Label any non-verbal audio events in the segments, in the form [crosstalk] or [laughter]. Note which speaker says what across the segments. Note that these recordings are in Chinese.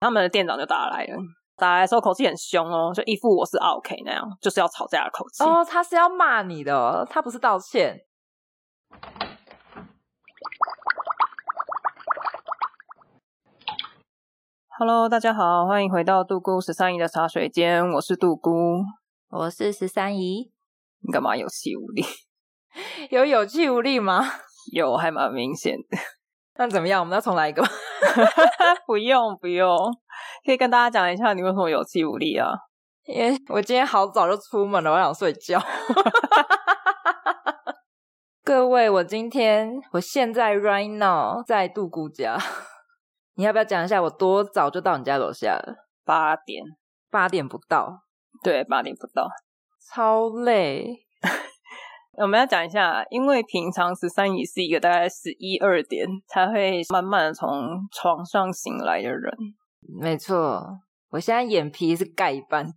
Speaker 1: 他们的店长就打来了，打来的时候口气很凶哦，就一副我是 OK 那样，就是要吵架的口气。
Speaker 2: 哦，他是要骂你的哦，他不是道歉。
Speaker 1: Hello，大家好，欢迎回到杜姑十三姨的茶水间，我是杜姑。
Speaker 2: 我是十三姨，
Speaker 1: 你干嘛有气无力？ [laughs]
Speaker 2: 有有气无力吗？ [laughs]
Speaker 1: 有，还蛮明显的。
Speaker 2: 那怎么样？我们再重来一个吧。
Speaker 1: [laughs] 不用不用，可以跟大家讲一下你为什么有气无力啊？
Speaker 2: [laughs] 因为我今天好早就出门了，我想睡觉。 [laughs] 各位，我今天我现在 right now 在杜姑家， [laughs] 你要不要讲一下我多早就到你家楼下了？
Speaker 1: 八点，
Speaker 2: 八点不到，
Speaker 1: 对，八点不到。
Speaker 2: 超累。
Speaker 1: 我们要讲一下，因为平常十三姨是一个大概十一二点才会慢慢的从床上醒来的人，
Speaker 2: 没错，我现在眼皮是盖一半。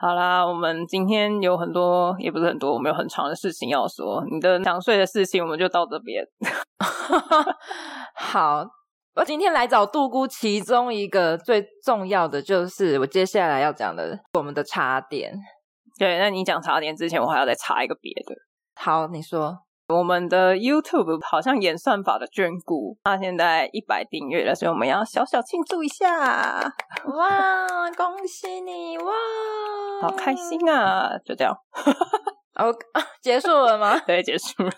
Speaker 1: 好啦，我们今天有很多，也不是很多，我们有很长的事情要说。你的想睡的事情，我们就到这边。
Speaker 2: 好，我今天来找杜姑，其中一个最重要的就是我接下来要讲的我们的茶点。
Speaker 1: 对，那你讲茶点之前，我还要再查一个别的。
Speaker 2: 好，你说
Speaker 1: 我们的 YouTube 好像演算法的眷顾，它现在一百订阅了，所以我们要小小庆祝一下，
Speaker 2: 哇，恭喜你哇，
Speaker 1: 好开！心啊！就这样，
Speaker 2: 哦， [laughs] 结束了吗
Speaker 1: 对，结束了。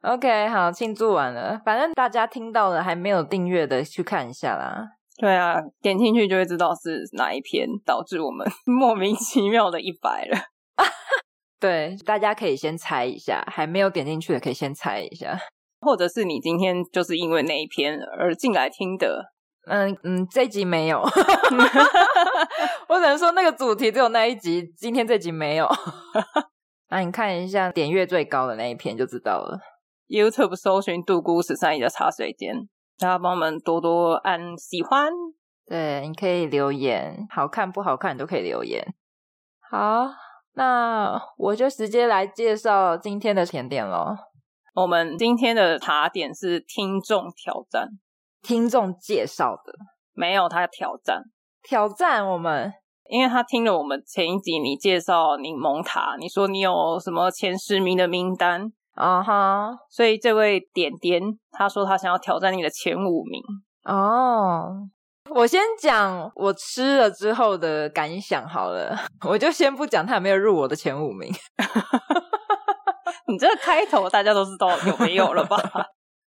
Speaker 2: ？OK，好，庆祝完了。反正大家听到了还没有订阅的，去看一下啦。
Speaker 1: 对啊，点进去就会知道是哪一篇导致我们 [laughs] 莫名其妙的一百了。
Speaker 2: 对，大家可以先猜一下，还没有点进去的可以先猜一下。
Speaker 1: 或者是你今天就是因为那一篇而进来听的，
Speaker 2: 嗯嗯，这一集没有， [laughs] 我只能说那个主题只有那一集，今天这集没有。 [laughs] 那你看一下点阅最高的那一篇就知道了。
Speaker 1: YouTube 搜寻杜姑十三姨的茶水间，大家帮我们多多按喜欢。
Speaker 2: 对，你可以留言，好看不好看都可以留言。好，那我就直接来介绍今天的甜点喽。
Speaker 1: 我们今天的茶点是听众挑战，
Speaker 2: 听众介绍的
Speaker 1: 没有他挑战，
Speaker 2: 挑战，我们
Speaker 1: 因为他听了我们前一集你介绍柠檬塔，你说你有什么前十名的名单，
Speaker 2: 啊哈
Speaker 1: 所以这位点点他说他想要挑战你的前五名。
Speaker 2: 哦。我先讲我吃了之后的感想好了， [laughs] 我就先不讲它有没有入我的前五名。
Speaker 1: 你这个开头大家都知道有没有了吧？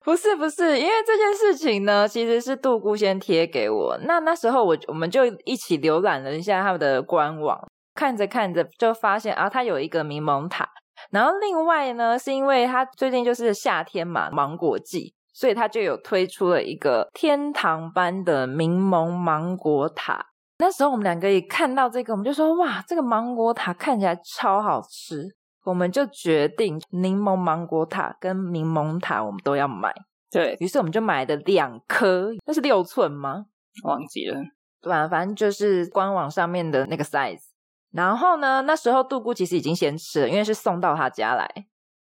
Speaker 2: 不是不是，因为这件事情呢，其实是杜姑先贴给我。那那时候我我们就一起浏览了一下他们的官网，看着看着就发现啊，它有一个柠檬塔。然后另外呢，是因为它最近就是夏天嘛，芒果季，所以它就有推出了一个天堂般的柠檬芒果塔。那时候我们两个也看到这个，我们就说哇，这个芒果塔看起来超好吃，我们就决定柠檬芒果塔跟柠檬塔我们都要买。
Speaker 1: 对，
Speaker 2: 于是我们就买了两颗，那是六寸吗？
Speaker 1: 忘记了。
Speaker 2: 对啊，反正就是官网上面的那个 size。然后呢，那时候杜姑其实已经先吃了，因为是送到他家来。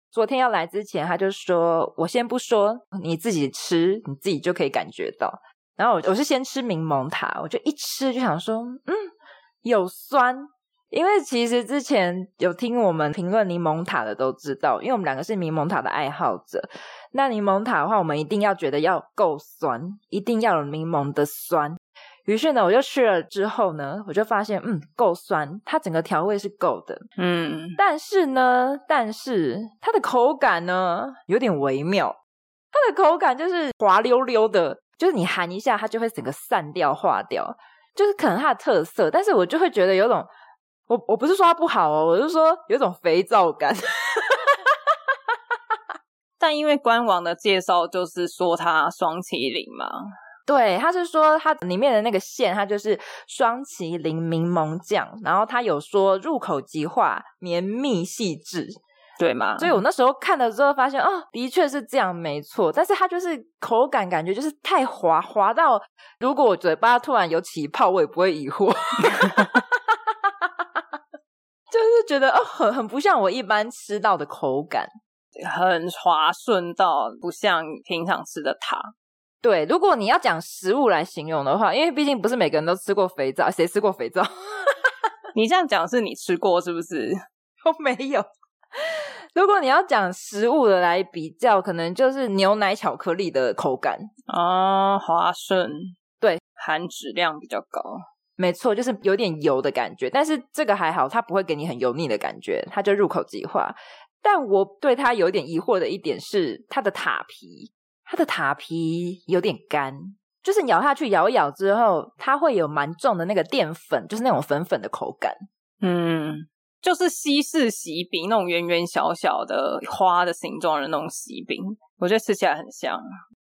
Speaker 2: 昨天要来之前，他就说：“我先不说，你自己吃，你自己就可以感觉到。”然后我我是先吃柠檬塔，我就一吃就想说：“嗯，有酸。”因为其实之前有听我们评论柠檬塔的都知道，因为我们两个是柠檬塔的爱好者，那柠檬塔的话，我们一定要觉得要够酸，一定要有柠檬的酸。于是呢，我就吃了之后呢，我就发现，嗯，够酸，它整个调味是够的。
Speaker 1: 嗯，
Speaker 2: 但是呢，但是它的口感呢，有点微妙。它的口感就是滑溜溜的，就是你含一下，它就会整个散掉、化掉，就是可能它的特色。但是我就会觉得有种，我我不是说它不好哦，我是说有种肥皂感。 [laughs]
Speaker 1: 但因为官网的介绍就是说它双麒麟嘛，
Speaker 2: 对，他是说它里面的那个馅，它就是双麒麟柠檬酱，然后它有说入口即化，绵密细致，
Speaker 1: 对吗？
Speaker 2: 所以我那时候看了之后发现，哦，的确是这样，没错。但是它就是口感感觉就是太滑，滑到如果我嘴巴突然有起泡，我也不会疑惑。 [laughs] 就是觉得哦，很很不像我一般吃到的口感。
Speaker 1: 很滑顺到不像平常吃的塔。
Speaker 2: 对，如果你要讲食物来形容的话，因为毕竟不是每个人都吃过肥皂，谁吃过肥皂？ [laughs]
Speaker 1: 你这样讲是你吃过是不是？
Speaker 2: 都没有。如果你要讲食物的来比较，可能就是牛奶巧克力的口感。
Speaker 1: 啊，滑顺，
Speaker 2: 对，
Speaker 1: 含脂量比较高。
Speaker 2: 没错，就是有点油的感觉，但是这个还好，它不会给你很油腻的感觉，它就入口即化。但我对它有点疑惑的一点是，它的塔皮，它的塔皮有点干，就是咬下去咬一咬之后，它会有蛮重的那个淀粉，就是那种粉粉的口感。
Speaker 1: 嗯，就是西式喜饼那种圆圆小小的花的形状的那种喜饼，我觉得吃起来很像。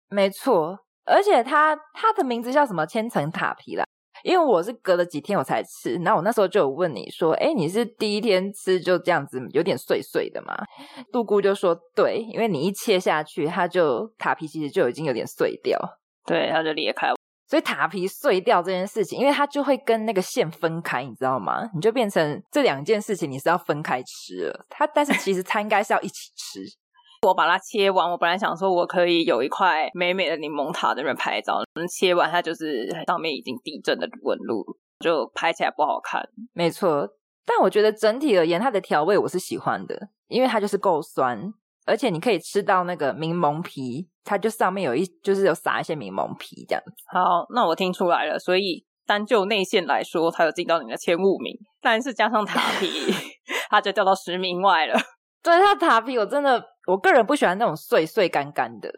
Speaker 2: 没错，而且它它的名字叫什么千层塔皮啦。因为我是隔了几天我才吃，然后我那时候就有问你说，哎，你是第一天吃就这样子有点碎碎的吗？杜姑就说对，因为你一切下去，它就塔皮其实就已经有点碎掉，
Speaker 1: 对，它就裂开。
Speaker 2: 所以塔皮碎掉这件事情，因为它就会跟那个馅分开，你知道吗？你就变成这两件事情你是要分开吃了，它但是其实它应该是要一起吃，
Speaker 1: 我把它切完，我本来想说我可以有一块美美的柠檬塔在那边拍照，切完它就是上面已经地震的纹路，就拍起来不好看。
Speaker 2: 没错，但我觉得整体而言，它的调味我是喜欢的，因为它就是够酸，而且你可以吃到那个柠檬皮，它就上面有一就是有撒一些柠檬皮这样子。
Speaker 1: 好，那我听出来了，所以单就内线来说，它有进到你的前五名，但是加上塔皮，它就掉到十名外了。
Speaker 2: 对，它的塔皮我真的我个人不喜欢那种碎碎干干的，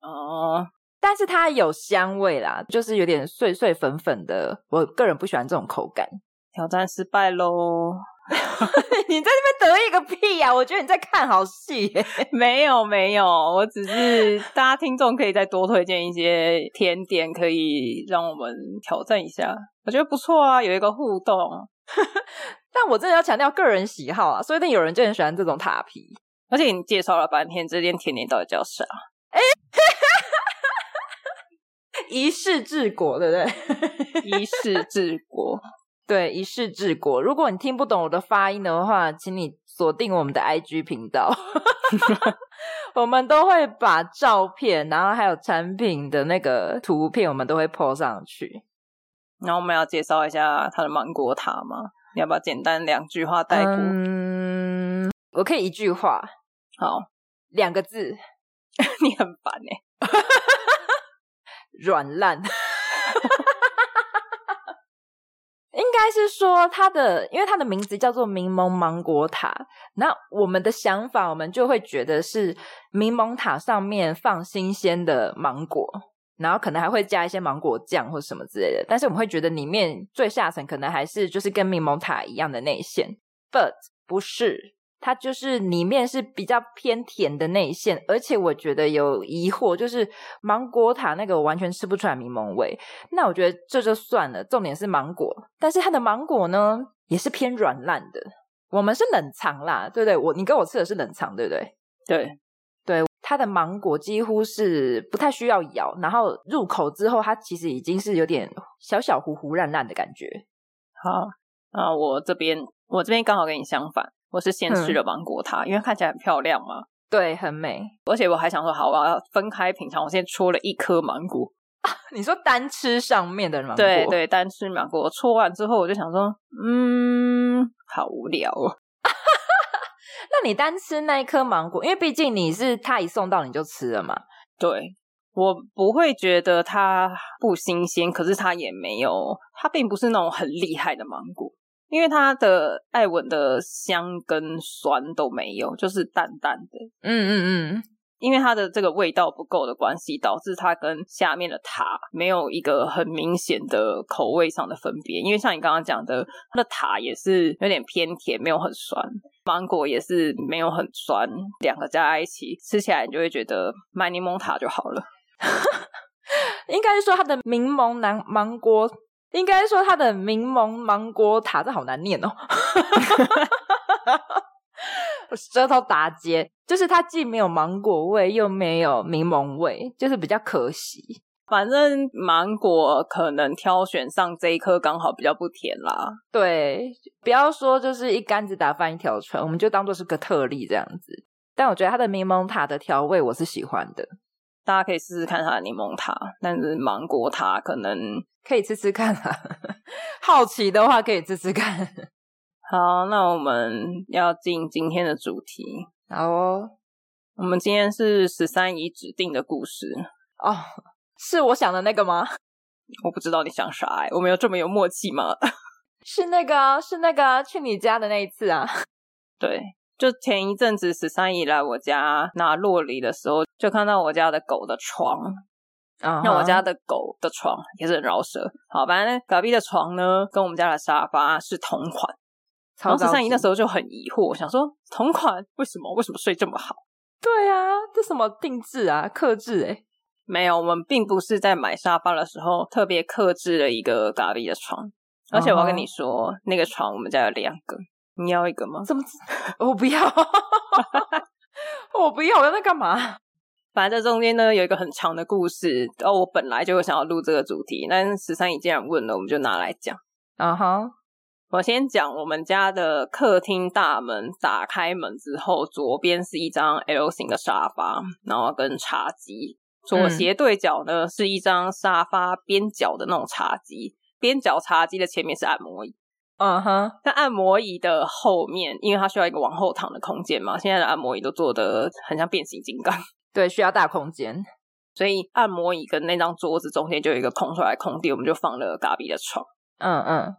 Speaker 1: 哦，
Speaker 2: 但是它有香味啦，就是有点碎碎粉粉的，我个人不喜欢这种口感。 [laughs]
Speaker 1: 挑战失败喽！
Speaker 2: 你在那边得意个屁啊呀、我觉得你在看好戏耶。
Speaker 1: [laughs] 没有没有，我只是大家听众可以再多推荐一些甜点，可以让我们挑战一下，我觉得不错啊，有一个互动。
Speaker 2: 但我真的要强调个人喜好啊，说不定有人就很喜欢这种塔皮。 [laughs]
Speaker 1: 而且你介绍了半天，这间甜点到底叫啥？
Speaker 2: 一世治国，对不对？
Speaker 1: 一世治国。 [laughs]
Speaker 2: 对，一世治国。如果你听不懂我的发音的话，请你锁定我们的 IG 频道， [laughs] 我们都会把照片，然后还有产品的那个图片，我们都会 po 上去。
Speaker 1: 然后我们要介绍一下它的芒果塔吗？你要不要简单两句话带过？
Speaker 2: 嗯，我可以一句话，
Speaker 1: 好，
Speaker 2: 两个字，
Speaker 1: [laughs] 你很烦哎、
Speaker 2: 软烂。 [laughs] 应该是说它的，因为它的名字叫做柠檬芒果塔。那我们的想法，我们就会觉得是柠檬塔上面放新鲜的芒果，然后可能还会加一些芒果酱或什么之类的。但是我们会觉得里面最下层可能还是就是跟柠檬塔一样的内馅，but 不是，它就是里面是比较偏甜的内馅。而且我觉得有疑惑，就是芒果塔那个我完全吃不出来柠檬味。那我觉得这就算了，重点是芒果，但是它的芒果呢也是偏软烂的。我们是冷藏啦，对不对？我你跟我吃的是冷藏，对不对？
Speaker 1: 对，
Speaker 2: 对，它的芒果几乎是不太需要咬，然后入口之后，它其实已经是有点小小糊糊烂烂的感觉。
Speaker 1: 好啊，我这边我这边刚好跟你相反，我是先吃了芒果塔，因为看起来很漂亮嘛，
Speaker 2: 对，很美。
Speaker 1: 而且我还想说，好，我要分开品尝。我先戳了一颗芒果，
Speaker 2: 你说单吃上面的芒果，
Speaker 1: 对，对，单吃芒果。我戳完之后，我就想说，嗯，好无聊哦。
Speaker 2: 那你单吃那一颗芒果，因为毕竟你是它一送到你就吃了嘛。
Speaker 1: 对我不会觉得它不新鲜，可是它也没有，它并不是那种很厉害的芒果，因为它的艾文的香跟酸都没有，就是淡淡的。
Speaker 2: 嗯嗯嗯，
Speaker 1: 因为它的这个味道不够的关系，导致它跟下面的塔没有一个很明显的口味上的分别。因为像你刚刚讲的，它的塔也是有点偏甜，没有很酸；芒果也是没有很酸，两个加在一起吃起来，你就会觉得买柠檬塔就好了。
Speaker 2: 应该是说它的柠檬芒芒果，应该是说它的柠檬芒果塔，这好难念哦。 [laughs] 我舌头打结，就是它既没有芒果味，又没有柠檬味，就是比较可惜。
Speaker 1: 反正芒果可能挑选上这一颗刚好比较不甜啦。
Speaker 2: 对，不要说就是一竿子打翻一条船，我们就当做是个特例这样子。但我觉得它的柠檬塔的调味我是喜欢的，
Speaker 1: 大家可以试试看它的柠檬塔，但是芒果塔可能
Speaker 2: 可以吃吃看啊。 [laughs] 好奇的话可以吃吃看。
Speaker 1: 好。那我们要进今天的主题，
Speaker 2: 好哦，
Speaker 1: 我们今天是十三姨指定的故事，
Speaker 2: 哦，是我想的那个吗？ [laughs]
Speaker 1: 我不知道你想啥、欸，我们有这么有默契吗？ [laughs]
Speaker 2: 是那个啊，是那个啊，去你家的那一次啊。
Speaker 1: 对，就前一阵子十三姨来我家拿洛梨的时候，就看到我家的狗的床，
Speaker 2: 啊
Speaker 1: 那我家的狗的床也是很饶舌。好，反正隔壁的床呢，跟我们家的沙发是同款。然
Speaker 2: 超
Speaker 1: 后十三姨那时
Speaker 2: 候，
Speaker 1: 候就很疑惑，想说同款为什么？为什么睡这么好？
Speaker 2: 对啊，这什么定制啊，克制哎、
Speaker 1: 没有，我们并不是在买沙发的时候特别克制了一个咖喱的床，而且我要跟
Speaker 2: 哦
Speaker 1: 你说那个床我们家有两个，你要一个吗？
Speaker 2: 怎么？ [laughs] 我不要， [laughs] 我不要，我要那干嘛？
Speaker 1: 反正这中间呢有一个很长的故事哦，我本来就有想要录这个主题，但是十三姨既然问了，我们就拿来讲。
Speaker 2: 啊哈，
Speaker 1: 我先讲我们家的客厅大门打开门之后，左边是一张 L 型的沙发，然后跟茶几，
Speaker 2: 嗯
Speaker 1: 左斜对角呢、是一张沙发边角的那种茶几，边角茶几的前面是按摩椅，
Speaker 2: 嗯哼，
Speaker 1: 那按摩椅的后面，因为它需要一个往后躺的空间嘛，现在的按摩椅都做的很像变形金刚， [laughs]
Speaker 2: 对，需要大空间。
Speaker 1: 所以按摩椅跟那张桌子中间就有一个空出来的空地，我们就放了嘎比的床。
Speaker 2: 嗯嗯，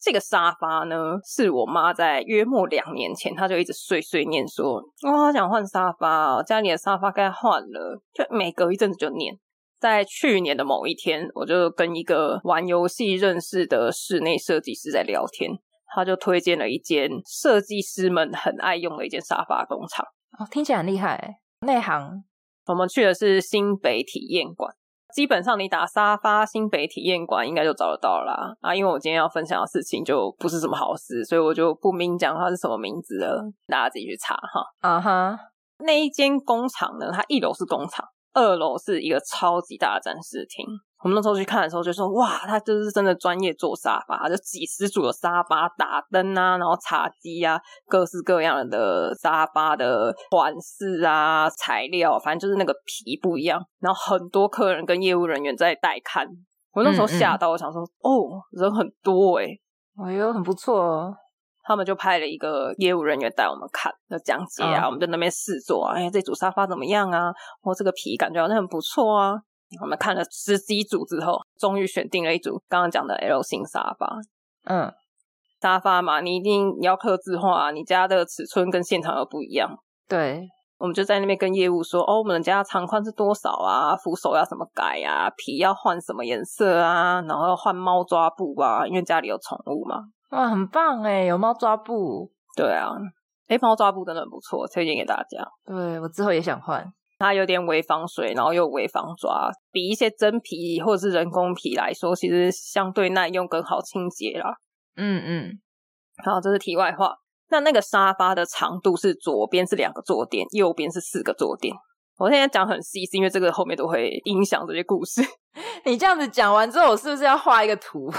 Speaker 1: 这个沙发呢，是我妈在约莫两年前，她就一直碎碎念说：“哇、她想换沙发哦，家里的沙发该换了。”就每隔一阵子就念。在去年的某一天，我就跟一个玩游戏认识的室内设计师在聊天，他就推荐了一间设计师们很爱用的一间沙发工厂。
Speaker 2: 哦，听起来很厉害欸，内行。
Speaker 1: 我们去的是新北体验馆。基本上你打沙发新北体验馆应该就找得到啦啊！因为我今天要分享的事情就不是什么好事，所以我就不明讲它是什么名字了，大家自己去查哈。
Speaker 2: 嗯啊哈，
Speaker 1: 那一间工厂呢，它一楼是工厂，二楼是一个超级大的展示厅。我们那时候去看的时候就说，哇，他就是真的专业做沙发，就几十组的沙发、打灯啊，然后茶几啊，各式各样的沙发的款式啊、材料，反正就是那个皮不一样。然后很多客人跟业务人员在带看，我那时候
Speaker 2: 嗯
Speaker 1: 吓到，我想说，哦，人很多欸诶、
Speaker 2: 哎呦，很不错哦。
Speaker 1: 他们就派了一个业务人员带我们看，那讲解啊，
Speaker 2: 嗯
Speaker 1: 我们在那边试坐啊，哎，这组沙发怎么样啊？我这个皮感觉好像很不错啊。我们看了十几组之后，终于选定了一组刚刚讲的 L 型沙发。
Speaker 2: 嗯，
Speaker 1: 沙发嘛，你一定你要刻字化、啊，你家的尺寸跟现场又不一样。
Speaker 2: 对，
Speaker 1: 我们就在那边跟业务说，哦，我们家长宽是多少啊？扶手要怎么改啊？皮要换什么颜色啊？然后要换猫抓布啊，因为家里有宠物嘛。
Speaker 2: 哇，很棒哎，有猫抓布。
Speaker 1: 对啊，诶，猫抓布真的很不错，推荐给大家。
Speaker 2: 对我之后也想换。
Speaker 1: 它有点微防水，然后又微防抓，比一些真皮或者是人工皮来说，其实相对耐用更好清洁啦。
Speaker 2: 嗯嗯，
Speaker 1: 好，这是题外话。那那个沙发的长度是左边是两个坐垫，右边是四个坐垫。我现在讲很细，是因为这个后面都会影响这些故事。 [laughs]
Speaker 2: 你这样子讲完之后，我是不是要画一个图？ [laughs]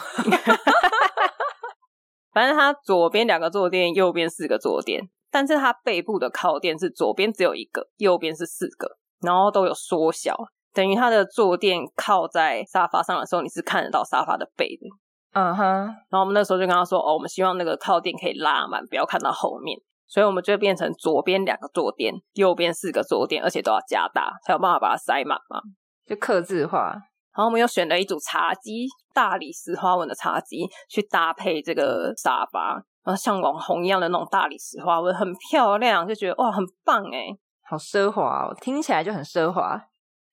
Speaker 1: 反正它左边两个坐垫，右边四个坐垫，但是它背部的靠垫是左边只有一个，右边是四个，然后都有缩小，等于它的坐垫靠在沙发上的时候，你是看得到沙发的背的。
Speaker 2: 嗯哼，
Speaker 1: 然后我们那时候就跟他说，哦，我们希望那个靠垫可以拉满，不要看到后面。所以我们就变成左边两个坐垫，右边四个坐垫，而且都要加大，才有办法把它塞满嘛。
Speaker 2: 就刻字化。
Speaker 1: 然后我们又选了一组茶几，大理石花纹的茶几去搭配这个沙发，然后像网红一样的那种大理石花纹，很漂亮，就觉得哇，很棒哎。
Speaker 2: 好奢华哦，听起来就很奢华。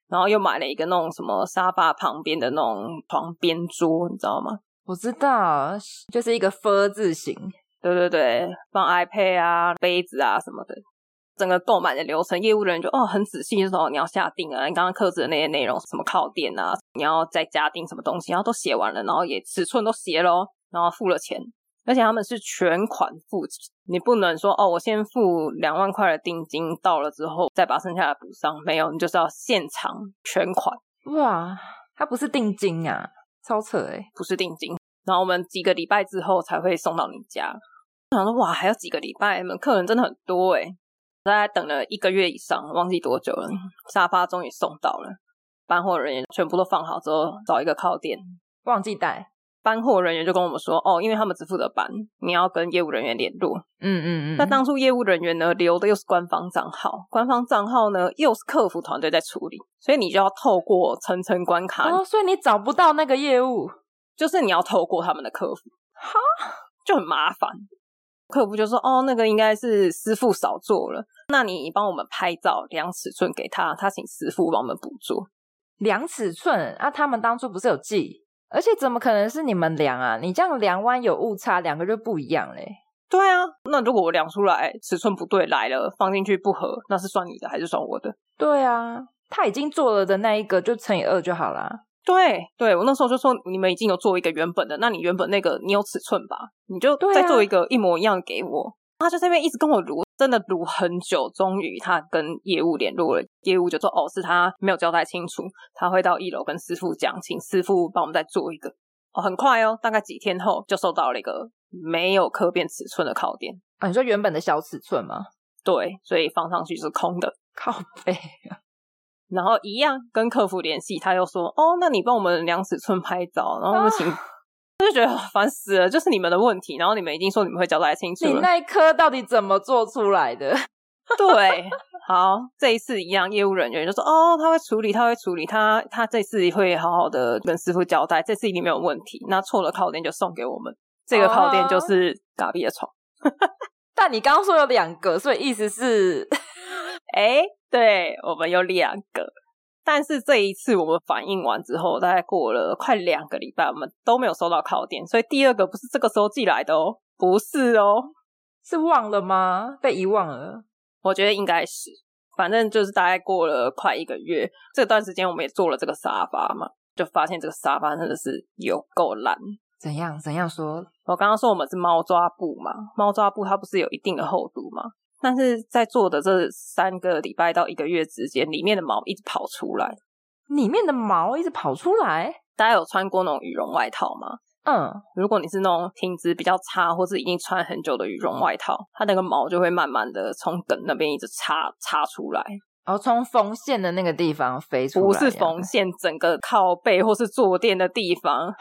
Speaker 1: 然后又买了一个那种什么沙发旁边的那种床边桌，你知道吗？
Speaker 2: 我知道，就是一个 “f” 字形。
Speaker 1: 对对对，放 iPad 啊、杯子啊什么的。整个购买的流程，业务人员就哦很仔细，就说哦你要下定啊，你刚刚克制的那些内容，什么靠垫啊，你要再加订什么东西，然后都写完了，然后也尺寸都写咯，然后付了钱，而且他们是全款付，你不能说哦我先付两万块的定金，到了之后再把剩下的补上，没有，你就是要现场全款，
Speaker 2: 哇，它不是定金啊，超扯哎、
Speaker 1: 不是定金。然后我们几个礼拜之后才会送到你家。我想说哇，还要几个礼拜，你们客人真的很多诶、欸大概等了一个月以上，忘记多久了，沙发终于送到了。搬货人员全部都放好之后，找一个靠垫。
Speaker 2: 忘记带。
Speaker 1: 搬货人员就跟我们说，哦，因为他们只负责搬，你要跟业务人员联络。
Speaker 2: 嗯嗯嗯。
Speaker 1: 那当初业务人员呢留的又是官方账号，官方账号呢又是客服团队在处理，所以你就要透过层层关卡，
Speaker 2: 哦，所以你找不到那个业务，
Speaker 1: 就是你要透过他们的客服，哈，就很麻烦。客服就说：“哦，那个应该是师傅少做了，那你帮我们拍照量尺寸给他，他请师傅帮我们补做。
Speaker 2: 量尺寸啊，他们当初不是有记？而且怎么可能是你们量啊？你这样量弯有误差，两个就不一样嘞。”
Speaker 1: 对啊，那如果我量出来尺寸不对来了，放进去不合，那是算你的还是算我的？
Speaker 2: 对啊，他已经做了的那一个就乘以二就好啦。
Speaker 1: 对，对我那时候就说你们已经有做一个原本的，那你原本那个你有尺寸吧，你就
Speaker 2: 对啊
Speaker 1: 再做一个一模一样给我。他就在那边一直跟我撸，真的撸很久，终于他跟业务联络了，业务就说哦是他没有交代清楚，他会到一楼跟师傅讲，请师傅帮我们再做一个。哦，很快哦，大概几天后就收到了一个没有刻变尺寸的靠垫，
Speaker 2: 啊，你说原本的小尺寸吗？ [laughs]
Speaker 1: 对，所以放上去是空的。
Speaker 2: 靠背，
Speaker 1: 然后一样跟客服联系，他又说：“哦，那你帮我们量尺寸拍照，然后我们
Speaker 2: 啊
Speaker 1: 请。我就觉得哦烦死了，就是你们的问题，然后你们已经说你们会交代清楚
Speaker 2: 你
Speaker 1: 了。
Speaker 2: 那一颗到底怎么做出来的？
Speaker 1: 对，好，这一次一样，业务人员就说：“哦，他会处理，他会处理，他他这次会好好的跟师傅交代，这次一定没有问题。那错了靠垫就送给我们，这个靠
Speaker 2: 哦
Speaker 1: 垫就是嘎比的床。
Speaker 2: 但你刚刚说有两个，所以意思是，
Speaker 1: 哎，对我们有两个，但是这一次我们反应完之后，大概过了快两个礼拜，我们都没有收到靠垫，所以第二个不是这个时候寄来的哦，不是哦，
Speaker 2: [laughs] 是忘了吗？被遗忘了。
Speaker 1: 我觉得应该是，反正就是大概过了快一个月，这段时间我们也做了这个沙发嘛，就发现这个沙发真的是有够烂。
Speaker 2: 怎样？怎样说？
Speaker 1: 我刚刚说我们是猫抓布嘛，猫抓布它不是有一定的厚度嘛？但是在做的这三个礼拜到一个月之间，里面的毛一直跑出来。
Speaker 2: 里面的毛一直跑出来。
Speaker 1: 大家有穿过那种羽绒外套吗？
Speaker 2: 嗯，
Speaker 1: 如果你是那种品质比较差，或是已经穿很久的羽绒外套，它那个毛就会慢慢的从梗那边一直插插出来，
Speaker 2: 哦，从缝线的那个地方飞出来，
Speaker 1: 不是缝，线，整个靠背或是坐垫的地方，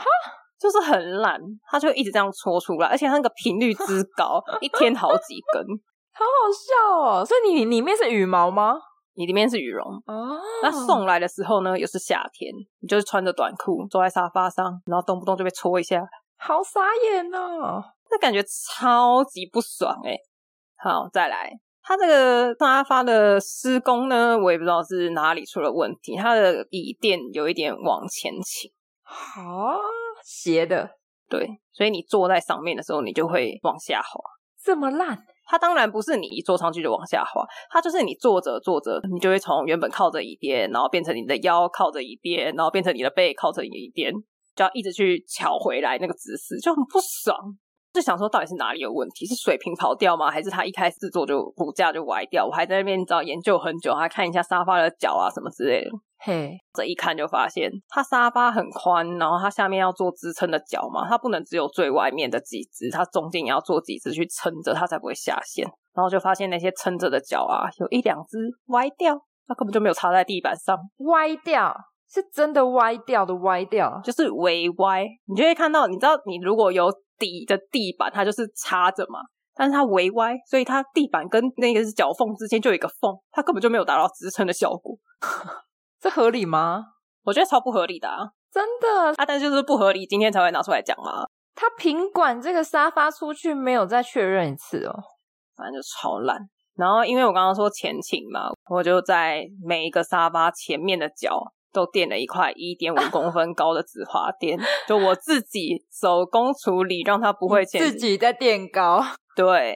Speaker 1: 就是很烂，它就一直这样戳出来，而且它那个频率
Speaker 2: [laughs]
Speaker 1: 之高，一天好几根，
Speaker 2: 好好笑哦。所以你里面是羽毛吗？
Speaker 1: 你里面是羽绒。
Speaker 2: 哦，
Speaker 1: 那送来的时候呢，也是夏天，你就是穿着短裤坐在沙发上，然后动不动就被戳一下，
Speaker 2: 好傻眼哦。
Speaker 1: 那感觉超级不爽哎、好，再来，它这个沙发的施工呢，我也不知道是哪里出了问题，它的椅垫有一点往前倾，
Speaker 2: 好啊斜的
Speaker 1: 对，所以你坐在上面的时候，你就会往下滑。
Speaker 2: 这么烂，
Speaker 1: 它当然不是你一坐上去就往下滑，它就是你坐着坐着，你就会从原本靠着椅垫，然后变成你的腰靠着椅垫，然后变成你的背靠着椅垫，就要一直去翘回来那个姿势，就很不爽。就想说到底是哪里有问题？是水平跑掉吗？还是它一开始制作就骨架就歪掉？我还在那边你知道研究很久，还看一下沙发的脚啊什么之类的。
Speaker 2: 嘿，
Speaker 1: 这一看就发现，它沙发很宽，然后它下面要做支撑的脚嘛，它不能只有最外面的几只，它中间也要做几只去撑着，它才不会下陷。然后就发现那些撑着的脚啊，有一两只歪掉，它根本就没有插在地板上，
Speaker 2: 歪掉，是真的歪掉的歪掉，
Speaker 1: 就是微歪。你就会看到，你知道，你如果有底的地板，它就是插着嘛，但是它微歪，所以它地板跟那个脚缝之间就有一个缝，它根本就没有达到支撑的效果。
Speaker 2: 这合理吗？
Speaker 1: 我觉得超不合理的啊！
Speaker 2: 真的，
Speaker 1: 啊，但是就是不合理，今天才会拿出来讲嘛。
Speaker 2: 他品管这个沙发出去没有再确认一次哦。
Speaker 1: 反正就超烂。然后因为我刚刚说前倾嘛，我就在每一个沙发前面的脚都垫了一块一点
Speaker 2: [laughs]
Speaker 1: 五公分高的紫花垫，就我自己手工处理，让它不会前倾
Speaker 2: 自己在
Speaker 1: [laughs]
Speaker 2: 垫高，
Speaker 1: 对。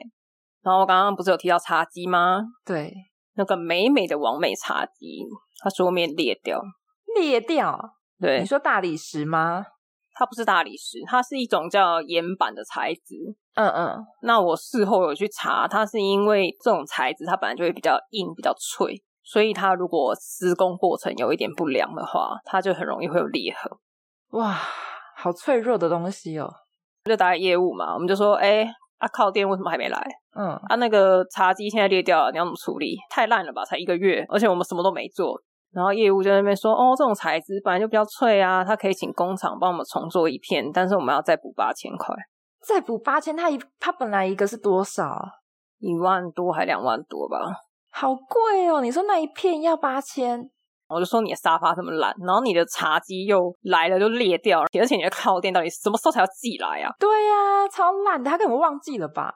Speaker 1: 然后我刚刚不是有提到茶几吗？
Speaker 2: 对，
Speaker 1: 那个美美的完美茶几，它桌面裂掉。
Speaker 2: 裂掉。
Speaker 1: 对
Speaker 2: 你，说大理石吗？
Speaker 1: 它不是大理石，它是一种叫岩板的材质。
Speaker 2: 嗯嗯，
Speaker 1: 那我事后有去查，它是因为这种材质它本来就会比较硬、比较脆，所以它如果施工过程有一点不良的话，它就很容易会有裂痕。
Speaker 2: 哇，好脆弱的东西哦。
Speaker 1: 就打给业务嘛，我们就说，哎、啊，靠店为什么还没来？
Speaker 2: 嗯，
Speaker 1: 啊，那个茶几现在裂掉了，你要怎么处理？太烂了吧，才一个月，而且我们什么都没做。然后业务就在那边说，哦，这种材质本来就比较脆啊，它可以请工厂帮我们重做一片，但是我们要再补八千块，
Speaker 2: 再补八千，他一他本来一个是多少啊？
Speaker 1: 一万多还两万多吧。
Speaker 2: 好贵哦！你说那一片要八千，
Speaker 1: 我就说你的沙发这么烂，然后你的茶几又来了就裂掉了，而且你的靠垫到底什么时候才要寄来啊？
Speaker 2: 对呀、超烂的，他根本忘记了吧？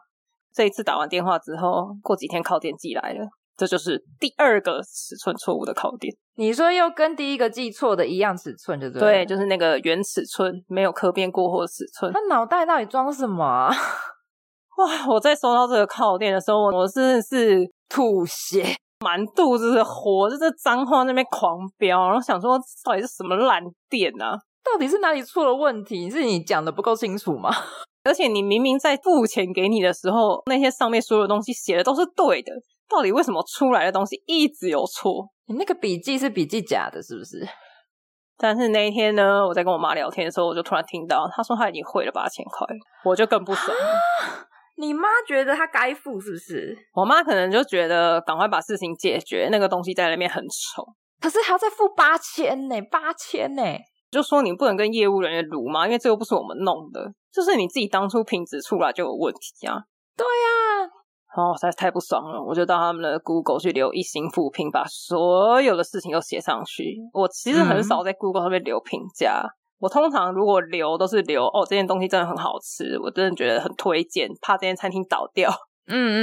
Speaker 1: 这一次打完电话之后，过几天靠垫寄来了，这就是第二个尺寸错误的靠垫。
Speaker 2: 你说又跟第一个记错的一样尺寸，对不
Speaker 1: 对，
Speaker 2: 对？
Speaker 1: 就是那个原尺寸没有刻变过或尺寸。
Speaker 2: 他脑袋到底装什么啊、 [laughs]
Speaker 1: 哇！我在收到这个靠垫的时候，我真的是
Speaker 2: 吐血！
Speaker 1: 满肚子的火，就是脏话那边狂飙，然后想说到底是什么烂店啊！
Speaker 2: 到底是哪里出了问题？是你讲的不够清楚吗？ [laughs]
Speaker 1: 而且你明明在付钱给你的时候，那些上面所有的东西写的都是对的，到底为什么出来的东西一直有错？
Speaker 2: 你那个笔记是笔记假的，是不是？
Speaker 1: 但是那一天呢，我在跟我妈聊天的时候，我就突然听到她说她已经汇了八千块，我就更不爽了。
Speaker 2: 你妈觉得她该付，是不是？
Speaker 1: 我妈可能就觉得赶快把事情解决，那个东西在那边很丑，
Speaker 2: 可是还要再付八千呢，八千呢！
Speaker 1: 就说你不能跟业务人员撸嘛，因为这又不是我们弄的，就是你自己当初品质出来就有问题啊。
Speaker 2: 啊，
Speaker 1: 然后我实在太不爽了，我就到他们的 Google 去留一星复评，把所有的事情都写上去。我其实很少在 Google 上面留评价，我通常如果留都是留哦，这件东西真的很好吃，我真的觉得很推荐，怕这间餐厅倒掉，
Speaker 2: 嗯嗯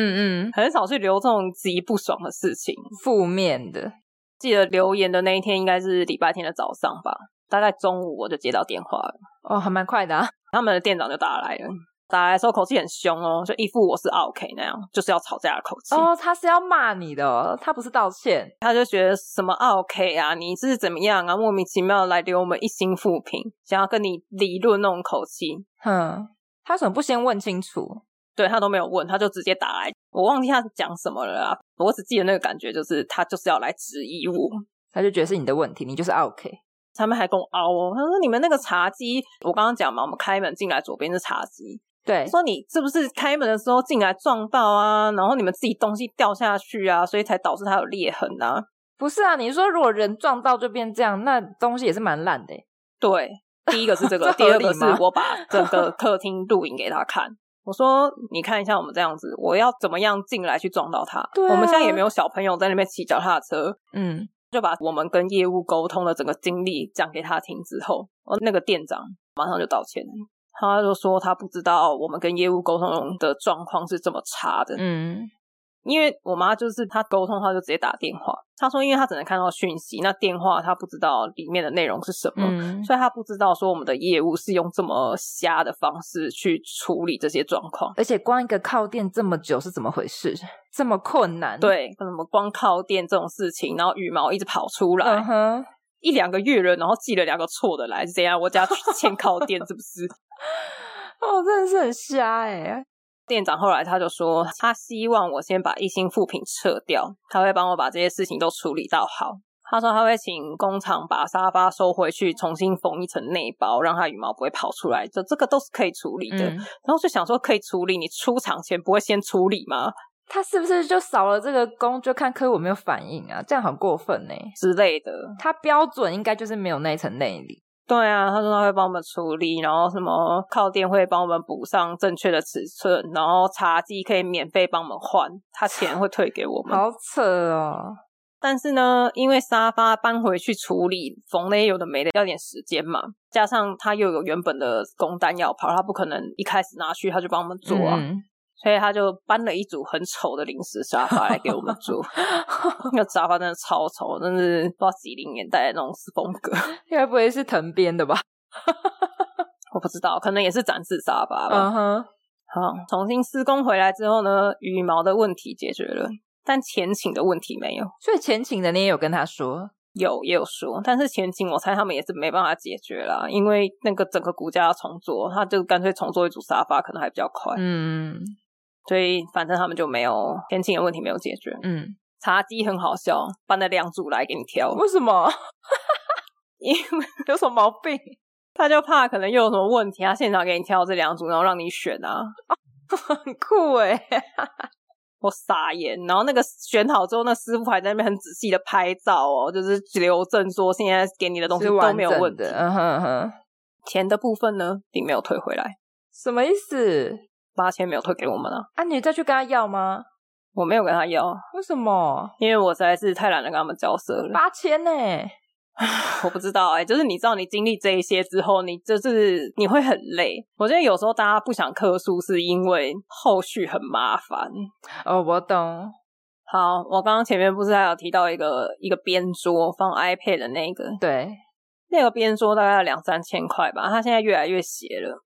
Speaker 2: 嗯，
Speaker 1: 很少去留这种极不爽的事情。
Speaker 2: 负面的，
Speaker 1: 记得留言的那一天应该是礼拜天的早上吧，大概中午我就接到电话了，
Speaker 2: 哦，还蛮快的啊。
Speaker 1: 他们的店长就打来了，打来的时候口气很凶哦，就一副我是 OK 那样，就是要吵架的口气。
Speaker 2: 哦，他是要骂你的、哦，他不是道歉。
Speaker 1: 他就觉得什么 OK 啊，你是怎么样啊，莫名其妙来留我们一星负评，想要跟你理论那种口气，
Speaker 2: 哼，他为什么不先问清楚？
Speaker 1: 对他都没有问，他就直接打来，我忘记他讲什么了啦，我只记得那个感觉就是他就是要来质疑我，
Speaker 2: 他就觉得是你的问题，你就是 OK。
Speaker 1: 他们还跟我凹哦，他说你们那个茶几，我刚刚讲嘛，我们开门进来左边是茶几，
Speaker 2: 对，
Speaker 1: 说你是不是开门的时候进来撞到啊，然后你们自己东西掉下去啊，所以才导致它有裂痕啊，
Speaker 2: 不是啊，你说如果人撞到就变这样，那东西也是蛮烂的欸。
Speaker 1: 对，第一个是这个，
Speaker 2: [laughs] 这
Speaker 1: 第
Speaker 2: 合
Speaker 1: 二
Speaker 2: 理
Speaker 1: 个是
Speaker 2: 吗
Speaker 1: 我把整个客厅录影给他看。我说：“你看一下我们这样子，我要怎么样进来去撞到他？
Speaker 2: 对啊
Speaker 1: 我们现在也没有小朋友在那边骑脚踏车，
Speaker 2: 嗯，
Speaker 1: 就把我们跟业务沟通的整个经历讲给他听之后，哦，那个店长马上就道歉了，他就说他不知道我们跟业务沟通的状况是这么差的，
Speaker 2: 嗯，
Speaker 1: 因为我妈就是她沟通，她就直接打电话，她说因为她只能看到讯息，那电话她不知道里面的内容是什么，
Speaker 2: 嗯，
Speaker 1: 所以他不知道说我们的业务是用这么瞎的方式去处理这些状况。
Speaker 2: 而且光一个靠垫这么久是怎么回事？这么困难？，
Speaker 1: 对，什么光靠垫这种事情，然后羽毛一直跑出来，
Speaker 2: 嗯哼，
Speaker 1: 一两个月了，然后寄了两个错的来，是怎样？我家欠靠垫是不是？
Speaker 2: 哦，真的是很瞎哎。
Speaker 1: 店长后来他就说，他希望我先把一星副品撤掉，他会帮我把这些事情都处理到好。他说他会请工厂把沙发收回去，重新缝一层内包，让它羽毛不会跑出来，就这个都是可以处理的。
Speaker 2: 嗯，
Speaker 1: 然后就想说可以处理，你出厂前不会先处理吗
Speaker 2: 他是不是就少了这个工，就看客户有没有反应啊？这样很过分呢。
Speaker 1: 之类的？
Speaker 2: 他标准应该就是没有那一层内里。
Speaker 1: 对啊，他说他会帮我们处理，然后什么靠垫会帮我们补上正确的尺寸，然后茶几可以免费帮我们换，他钱会退给我们。
Speaker 2: 好扯哦。
Speaker 1: 但是呢，因为沙发搬回去处理，缝那些有的没的要点时间嘛，加上他又有原本的工单要跑，他不可能一开始拿去他就帮我们做啊。
Speaker 2: 嗯
Speaker 1: 所以他就搬了一组很丑的临时沙发来给我们
Speaker 2: [laughs]
Speaker 1: 住，那个沙发真的超丑，真的是不知道几零年代的那种风格，
Speaker 2: 该不会是藤编的吧？
Speaker 1: 我不知道，可能也是展示沙发吧。
Speaker 2: 嗯哼，
Speaker 1: 好，重新施工回来之后呢，羽毛的问题解决了，但前倾的问题没有，
Speaker 2: 所以前请的你也有跟他说，
Speaker 1: 有也有说，但是前倾我猜他们也是没办法解决啦，因为那个整个骨架要重做，他就干脆重做一组沙发，可能还比较快，
Speaker 2: 嗯
Speaker 1: 所以反正他们就没有前倾的问题没有解决。
Speaker 2: 嗯，
Speaker 1: 茶几很好笑，搬了两组来给你挑， [laughs]
Speaker 2: 为什么
Speaker 1: 因为
Speaker 2: 有什么毛病？
Speaker 1: 他就怕可能又有什么问题，他现场给你挑这两组，然后让你选啊。
Speaker 2: 很酷哎、
Speaker 1: 我傻眼。然后那个选好之后，那师傅还在那边很仔细的拍照哦，就是留证说现在给你的东西
Speaker 2: 是
Speaker 1: 都
Speaker 2: 完
Speaker 1: 没有
Speaker 2: 整
Speaker 1: 问题
Speaker 2: 的，。嗯哼嗯哼，
Speaker 1: 钱的部分呢，并没有退回来，
Speaker 2: 什么意思？
Speaker 1: 八千没有退给我们啊，
Speaker 2: 啊，你再去跟他要吗？
Speaker 1: 我没有跟他要啊，
Speaker 2: 为什么
Speaker 1: 因为我实在是太懒得跟他们交涉了。
Speaker 2: 八千欸呢、
Speaker 1: 我不知道哎、就是你知道你经历这一些之后，你就是你会很累。我觉得有时候大家不想克数，是因为后续很麻烦。
Speaker 2: 哦，我懂。
Speaker 1: 好，我刚刚前面不是还有提到一个一个边桌放 iPad 的那个，
Speaker 2: 对，
Speaker 1: 那个边桌大概要两三千块吧，它现在越来越斜了，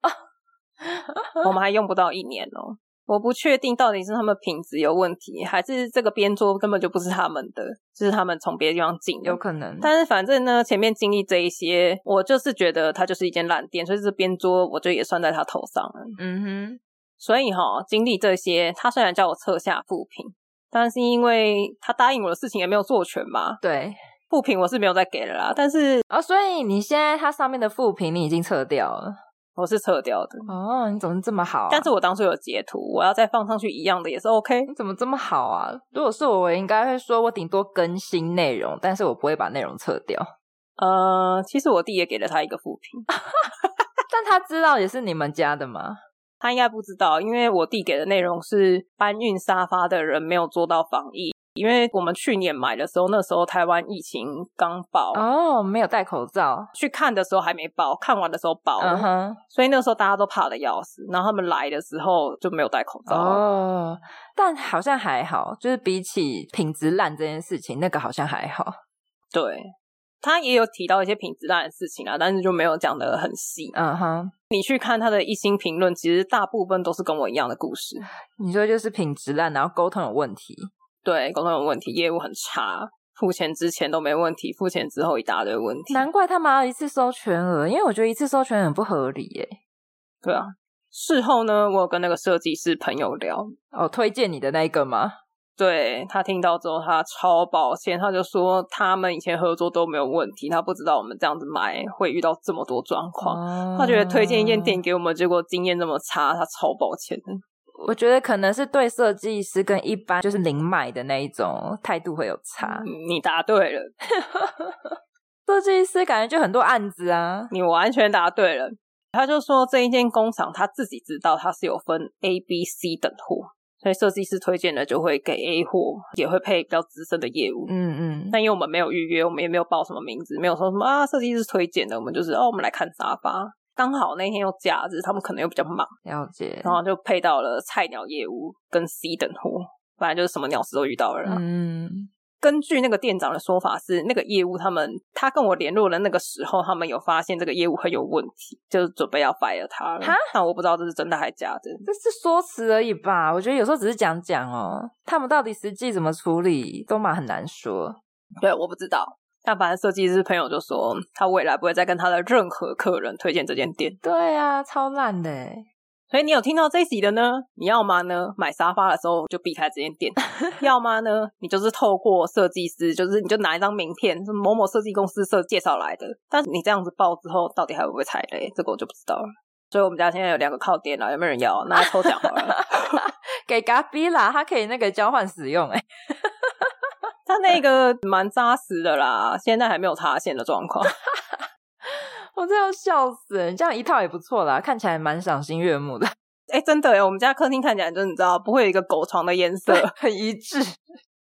Speaker 1: 我们还用不到一年哦、我不确定到底是他们品质有问题，还是这个边桌根本就不是他们的，就是他们从别的地方进的
Speaker 2: 有可能。
Speaker 1: 但是反正呢，前面经历这一些，我就是觉得它就是一间烂店，所以这边桌我就也算在他头上了。
Speaker 2: 嗯
Speaker 1: 所以哈、经历这些，他虽然叫我撤下复评，但是因为他答应我的事情也没有做全嘛
Speaker 2: 哼，，对。
Speaker 1: 复评我是没有再给了啦，但是
Speaker 2: 哦，所以你现在它上面的副评你已经撤掉了。
Speaker 1: 我是撤掉的。
Speaker 2: 哦，你怎么这么好、啊？
Speaker 1: 但是我当初有截图，我要再放上去一样的也是 OK。
Speaker 2: 你怎么这么好啊？如果是我，我应该会说我顶多更新内容，但是我不会把内容撤掉。 [laughs]
Speaker 1: 呃，其实我弟也给了他一个复评， [laughs]
Speaker 2: 但他知道也是你们家的吗？
Speaker 1: 他应该不知道，因为我弟给的内容是搬运沙发的人没有做到防疫，因为我们去年买的时候，那时候台湾疫情刚爆，
Speaker 2: 哦，没有戴口罩。
Speaker 1: 去看的时候还没爆，看完的时候爆了
Speaker 2: 嗯哼，
Speaker 1: 所以那时候大家都怕的要死，然后他们来的时候就没有戴口罩。
Speaker 2: 哦，但好像还好，就是比起品质烂这件事情，那个好像还好。
Speaker 1: 对。他也有提到一些品质烂的事情啊，但是就没有讲的很细。
Speaker 2: 嗯哼，
Speaker 1: 你去看他的一星评论，其实大部分都是跟我一样的故事。
Speaker 2: 你说就是品质烂，然后沟通有问题。
Speaker 1: 对，沟通有问题，业务很差，付钱之前都没问题，付钱之后一大堆问题。
Speaker 2: 难怪他们要一次收全额，因为我觉得一次收全额很不合理耶。
Speaker 1: 对啊，事后呢，我有跟那个设计师朋友聊，
Speaker 2: 哦，推荐你的那一个吗？
Speaker 1: 对他听到之后，他超抱歉，他就说他们以前合作都没有问题，他不知道我们这样子买会遇到这么多状况。
Speaker 2: 哦
Speaker 1: 他觉得推荐一间店，给我们，结果经验那么差，他超抱歉的。
Speaker 2: 我觉得可能是对设计师跟一般就是零买的那一种态度会有差。
Speaker 1: 嗯你答对了，
Speaker 2: 设计师感觉就很多案子啊，
Speaker 1: 你完全答对了。他就说这一间工厂他自己知道它是有分 A、B、C 等货，所以设计师推荐的就会给 A 货，也会配比较资深的业务。
Speaker 2: 嗯嗯，
Speaker 1: 但因为我们没有预约，我们也没有报什么名字，没有说什么啊设计师推荐的，我们就是哦我们来看沙发。刚好那天又假日，他们可能又比较忙，
Speaker 2: 了解。
Speaker 1: 然后就配到了菜鸟业务跟 C 等货，反正就是什么鸟事都遇到了啦。
Speaker 2: 嗯，
Speaker 1: 根据那个店长的说法是，那个业务他们他跟我联络的那个时候，他们有发现这个业务很有问题，就是准备要 fire 他了
Speaker 2: 哈。
Speaker 1: 但我不知道这是真的还假的。
Speaker 2: 这是说辞而已吧？我觉得有时候只是讲讲哦，他们到底实际怎么处理，都嘛很难说。
Speaker 1: 对，我不知道。但反正设计师朋友就说，他未来不会再跟他的任何客人推荐这间店。
Speaker 2: 对啊，超烂的耶。
Speaker 1: 所以你有听到这一集的呢？你要么呢买沙发的时候就避开这间
Speaker 2: [laughs]
Speaker 1: 店，要么呢你就是透过设计师，就是你就拿一张名片，是某某设计公司设介绍来的。但是你这样子报之后，到底还会不会踩雷？这个我就不知道了。所以我们家现在有两个靠垫了，有没有人要？拿来抽奖好
Speaker 2: [laughs]
Speaker 1: 了。
Speaker 2: 给 g a b 啦，它可以那个交换使用，哎，
Speaker 1: 它那个蛮扎实的啦，现在还没有塌陷的状况。
Speaker 2: 我真的要笑死人。这样一套也不错啦，看起来蛮赏心悦目的，
Speaker 1: 哎、真的耶，我们家客厅看起来就是你知道，不会有一个狗床的颜色，
Speaker 2: [laughs] 很一致。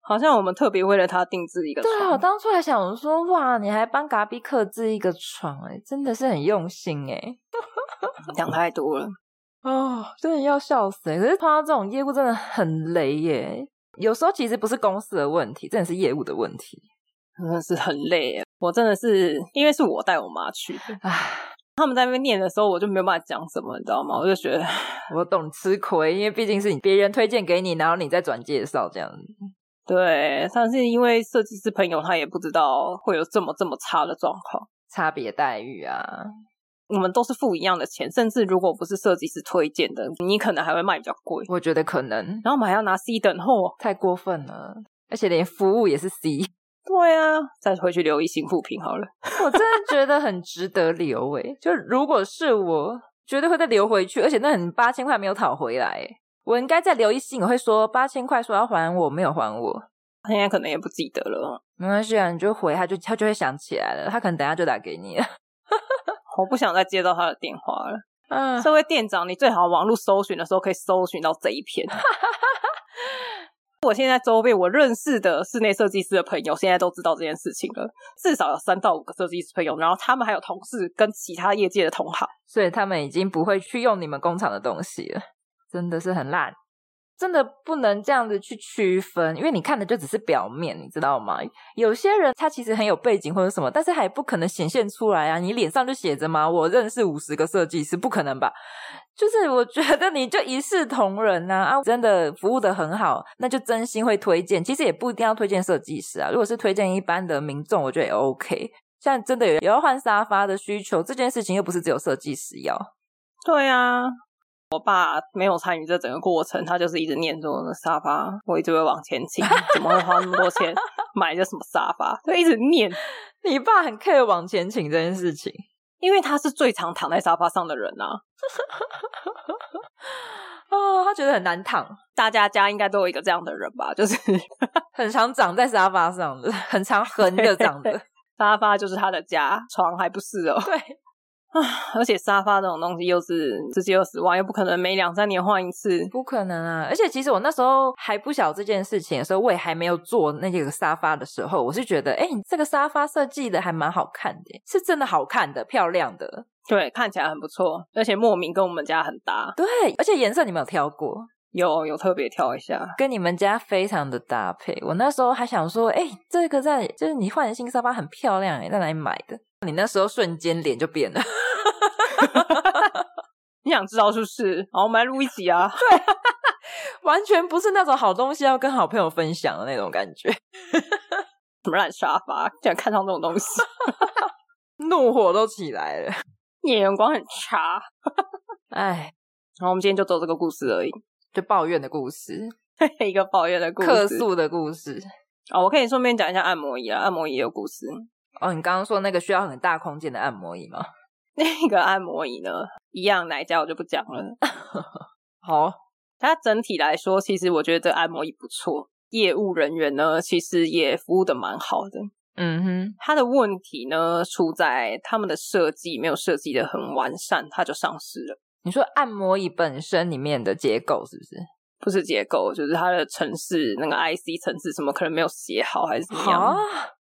Speaker 1: 好像我们特别为了它定制一个
Speaker 2: 对啊，我
Speaker 1: 床。
Speaker 2: 当初还想说，哇，你还帮嘎比克制一个床、欸，哎，真的是很用心、欸，
Speaker 1: 讲太多了。
Speaker 2: 哎，哦，真的要笑死、欸。可是碰到这种业务真的很雷耶、有时候其实不是公司的问题，真的是业务的问题。
Speaker 1: 真的是很累耶，我真的是因为是我带我妈去的，
Speaker 2: 唉，
Speaker 1: 他们在那边念的时候，我就没有办法讲什么，你知道吗？我就觉得，
Speaker 2: 我懂吃亏，因为毕竟是你别人推荐给你，然后你再转介绍这样子。
Speaker 1: 对，但是因为设计师朋友他也不知道会有这么这么差的状况，
Speaker 2: 差别待遇啊，
Speaker 1: 我们都是付一样的钱，甚至如果不是设计师推荐的，你可能还会卖比较贵，
Speaker 2: 我觉得可能
Speaker 1: 然后我们还要拿 C 等货，
Speaker 2: 太过分了，而且连服务也是 C，
Speaker 1: 对啊，再回去留一星复评好了。
Speaker 2: 我真的觉得很值得留诶、就如果是我，绝对会再留回去，而且那很八千块没有讨回来、欸，我应该再留一信，我会说八千块说要还我，没有还我，
Speaker 1: 他现在可能也不记得了。
Speaker 2: 没关系啊，你就回，他就他就会想起来了，他可能等一下就打给你了。 [laughs]
Speaker 1: 我不想再接到他的电话了。 [laughs]
Speaker 2: 嗯，
Speaker 1: 这位店长，你最好网络搜寻的时候可以搜寻到这一篇。我现在周边我认识的室内设计师的朋友，现在都知道这件事情了，至少有三到五个设计师朋友，然后他们还有同事跟其他业界的同行。
Speaker 2: 所以他们已经不会去用你们工厂的东西了，真的是很烂，真的不能这样子去区分，因为你看的就只是表面，你知道吗？有些人他其实很有背景或者什么，但是还不可能显现出来啊！你脸上就写着嘛，我认识五十个设计师，不可能吧？就是我觉得你就一视同仁呐、啊，真的服务的很好，那就真心会推荐。其实也不一定要推荐设计师啊，如果是推荐一般的民众，我觉得也 OK。像真的有有要换沙发的需求，这件事情又不是只有设计师要。
Speaker 1: 对啊，我爸没有参与这整个过程，他就是一直念说沙发，我一直会往前倾，怎么会花那么多钱买这什么沙发？ [laughs] 就一直念，
Speaker 2: 你爸很 care 往前请这件事情，
Speaker 1: 因为他是最常躺在沙发上的人啊。
Speaker 2: 哦，他觉得很难躺，
Speaker 1: 大家家应该都有一个这样的人吧，就是
Speaker 2: 很常长在沙发上的，很常横着长的。
Speaker 1: 沙发就是他的家，床还不是哦。
Speaker 2: 对，
Speaker 1: 而且沙发这种东西又是十几二十万，又不可能每两三年换一次。
Speaker 2: 不可能啊！而且其实我那时候还不晓这件事情的时候，我也还没有做那个沙发的时候，我是觉得，哎、你这个沙发设计的还蛮好看的耶，是真的好看的，漂亮的。
Speaker 1: 对，看起来很不错，而且莫名跟我们家很搭，
Speaker 2: 对，而且颜色你们有挑过，
Speaker 1: 有有特别挑一下。
Speaker 2: 跟你们家非常的搭配。我那时候还想说，哎、这个在就是你换的新沙发很漂亮，哎，在哪里买的？你那时候瞬间脸就变了， [laughs]
Speaker 1: 你想知道是不是？好，我们来录一集啊！
Speaker 2: 完全不是那种好东西要跟好朋友分享的那种感觉， [laughs]
Speaker 1: 什么烂沙发，竟然看上这种东西，
Speaker 2: 怒火都起来了。
Speaker 1: 眼光很差。
Speaker 2: 哎，
Speaker 1: 然后我们今天就走这个故事而已， [laughs]
Speaker 2: 就抱怨的故事，
Speaker 1: 一个抱怨的故事。
Speaker 2: 客诉的故事。
Speaker 1: 哦，我可以顺便讲一下按摩椅啊，按摩椅也有故事。
Speaker 2: 哦，你刚刚说那个需要很大空间的按摩椅吗？
Speaker 1: 那个按摩椅呢，一样哪一家我就不讲了。
Speaker 2: 好，
Speaker 1: 它整体来说，其实我觉得这按摩椅不错，业务人员呢其实也服务的蛮好的。
Speaker 2: 嗯哼，
Speaker 1: 它的问题呢出在他们的设计没有设计的很完善，它就上市了。
Speaker 2: 你说按摩椅本身里面的结构是不是？
Speaker 1: 不是结构，就是它的城市那个 IC 城市什么可能没有写好还是怎么样，，
Speaker 2: 啊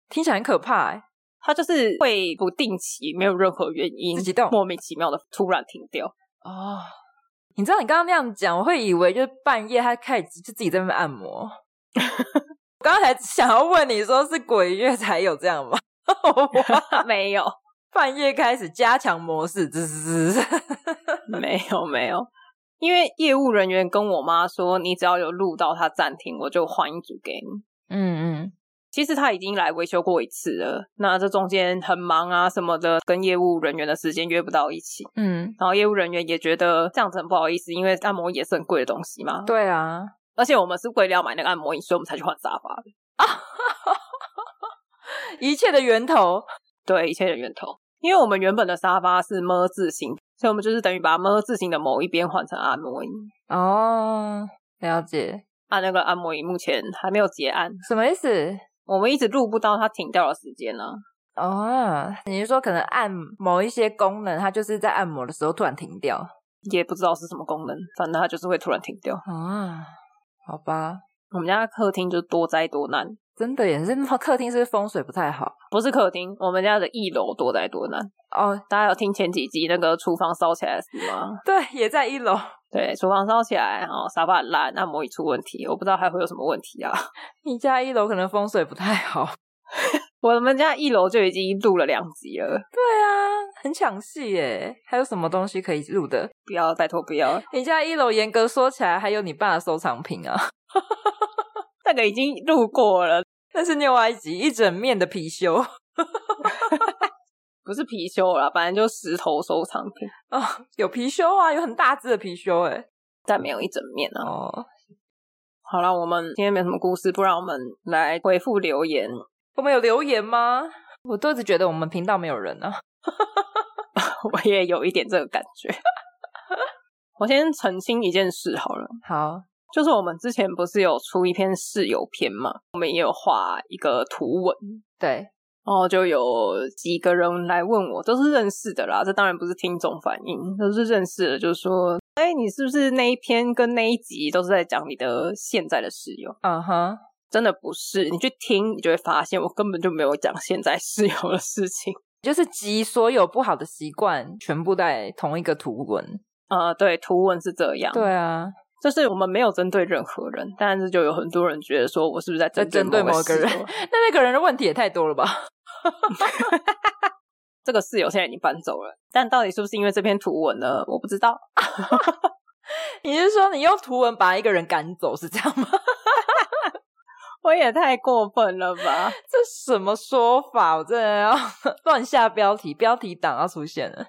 Speaker 2: 听起来很可怕哎、
Speaker 1: 它就是会不定期，没有任何原因，
Speaker 2: 自己动
Speaker 1: 莫名其妙的突然停掉。
Speaker 2: [laughs] 哦，你知道你刚刚那样讲，我会以为就是半夜他开始就自己在那边按摩。 [laughs] 我刚才想要问你说是鬼月才有这样吗？ [laughs] 我
Speaker 1: [laughs] 没有，
Speaker 2: 半夜开始加强模式，滋滋滋。
Speaker 1: 没有，没有，因为业务人员跟我妈说，你只要有录到它暂停，我就换一组给你。
Speaker 2: 嗯嗯，
Speaker 1: 其实他已经来维修过一次了，那这中间很忙啊什么的，跟业务人员的时间约不到一起，
Speaker 2: 嗯，
Speaker 1: 然后业务人员也觉得这样子很不好意思，因为按摩椅也是很贵的东西嘛。
Speaker 2: 对啊，
Speaker 1: 而且我们是为了要买那个按摩椅，所以我们才去换沙发的。
Speaker 2: 一切的源头。
Speaker 1: 对，一切的源头，因为我们原本的沙发是么字形，所以我们就是等于把么字形的某一边换成按摩椅。
Speaker 2: 哦，了解，
Speaker 1: 啊，那个按摩椅目前还没有结案，
Speaker 2: 什么意思？
Speaker 1: 我们一直录不到它停掉的时间啊呢、
Speaker 2: 哦，你是说可能按某一些功能，它就是在按摩的时候突然停掉？
Speaker 1: 也不知道是什么功能，反正它就是会突然停掉。
Speaker 2: 啊，好吧，
Speaker 1: 我们家客厅就多灾多难，
Speaker 2: 真的也是，客厅是不是风水不太好
Speaker 1: 不是客厅，我们家的一楼多灾多难。
Speaker 2: 哦。
Speaker 1: 大家有听前几集那个厨房烧起来的事吗？
Speaker 2: 对，也在一楼，
Speaker 1: 对，厨房烧起来，然后沙发很烂，按摩椅出问题，我不知道还会有什么问题啊。 [laughs]
Speaker 2: 你家一楼可能风水不太好。
Speaker 1: 我们家一楼就已经录了两集了，
Speaker 2: 对啊，很抢戏耶。还有什么东西可以录的？
Speaker 1: 不要，拜托不要，
Speaker 2: 你家一楼严格说起来，还有你爸的收藏品啊， [laughs]
Speaker 1: 那个已经录过了，
Speaker 2: 那是另外一集一整面的貔貅
Speaker 1: 不是貔貅啦，反正就石头收藏品，
Speaker 2: 哦，有貔貅啊，有很大只的貔貅哎。
Speaker 1: 但没有一整面啊。
Speaker 2: 哦，
Speaker 1: 好啦，我们今天没什么故事，不然我们来回复留言。 [laughs]
Speaker 2: 我们有留言吗？我都一直觉得我们频道没有人啊。
Speaker 1: 我也有一点这个感觉。 [laughs] 我先澄清一件事好了，
Speaker 2: 好，
Speaker 1: 就是我们之前不是有出一篇室友篇嘛，我们也有画一个图文，
Speaker 2: 对，
Speaker 1: 然后就有几个人来问我，都是认识的啦。这当然不是听众反应，都是认识的，就是说，哎，你是不是那一篇跟那一集都是在讲你的现在的室友？
Speaker 2: 嗯哼，
Speaker 1: 真的不是，你去听，你就会发现我根本就没有讲现在室友的事情。 [laughs]
Speaker 2: 就是集所有不好的习惯全部在同一个图文。
Speaker 1: 呃，对，图文是这样，，
Speaker 2: 对啊，
Speaker 1: 就是我们没有针对任何人，但是就有很多人觉得说我是不是在
Speaker 2: 在针对某
Speaker 1: 某
Speaker 2: 个人
Speaker 1: 室友
Speaker 2: 那那个人的问题也太多了吧？
Speaker 1: 这个室友现在已经搬走了，但到底是不是因为这篇图文呢？我不知道。
Speaker 2: [laughs] 你是说你用图文把一个人赶走是这样吗？ [laughs]
Speaker 1: 我也太过分了吧！
Speaker 2: 这什么说法？我真的要乱下标题，标题党要出现了。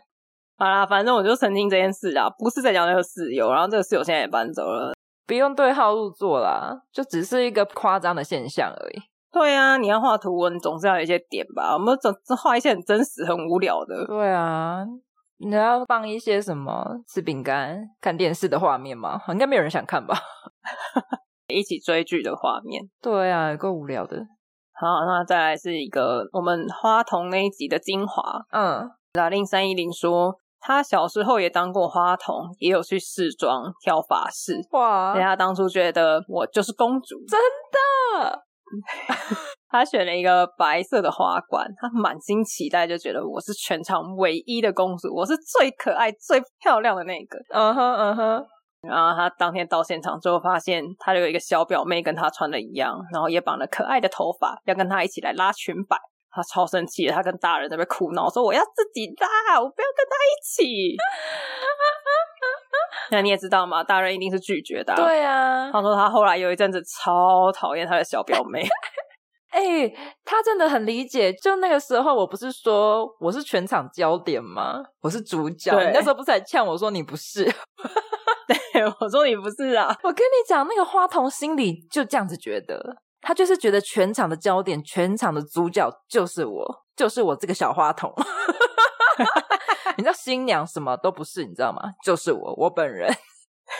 Speaker 1: 好啦，反正我就澄清这件事啊，不是在讲那个室友，然后这个室友现在也搬走了。
Speaker 2: 不用对号入座啦，就只是一个夸张的现象而已。
Speaker 1: 对啊，你要画图文，总是要有一些点吧？我们总是画一些很真实、很无聊的。
Speaker 2: 对啊，你要放一些什么吃饼干、看电视的画面吗？应该没有人想看吧？
Speaker 1: 一起追剧的画面。
Speaker 2: 对啊，有够无聊的。
Speaker 1: 好，那再来是一个我们花童那一集的精华。
Speaker 2: 嗯，
Speaker 1: 拉令三一零说，他小时候也当过花童，也有去试妆、挑发饰。
Speaker 2: 哇
Speaker 1: 人，家当初觉得我就是公主，真
Speaker 2: 的。
Speaker 1: [laughs] 他选了一个白色的花冠，他满心期待，就觉得我是全场唯一的公主，我是最可爱、最漂亮的那个。
Speaker 2: 嗯哼嗯哼，
Speaker 1: 然后他当天到现场之后，发现他有一个小表妹跟他穿的一样，然后也绑了可爱的头发，要跟他一起来拉裙摆。他超生气的，他跟大人在那边哭闹，说我要自己拉，我不要跟他一起。 [laughs] 那你也知道嘛，大人一定是拒绝的啊、
Speaker 2: 对啊，
Speaker 1: 他说他后来有一阵子超讨厌他的小表妹， [laughs]
Speaker 2: 哎、他真的很理解。就那个时候，我不是说我是全场焦点吗？我是主角。
Speaker 1: 对
Speaker 2: 你那时候不是还呛我说你不是？ [laughs]
Speaker 1: 我说你不是啊，
Speaker 2: 我跟你讲，那个花童心里就这样子觉得，他就是觉得全场的焦点、全场的主角就是我，就是我这个小花童。 [laughs] 你知道新娘什么都不是，你知道吗？就是我，我本人。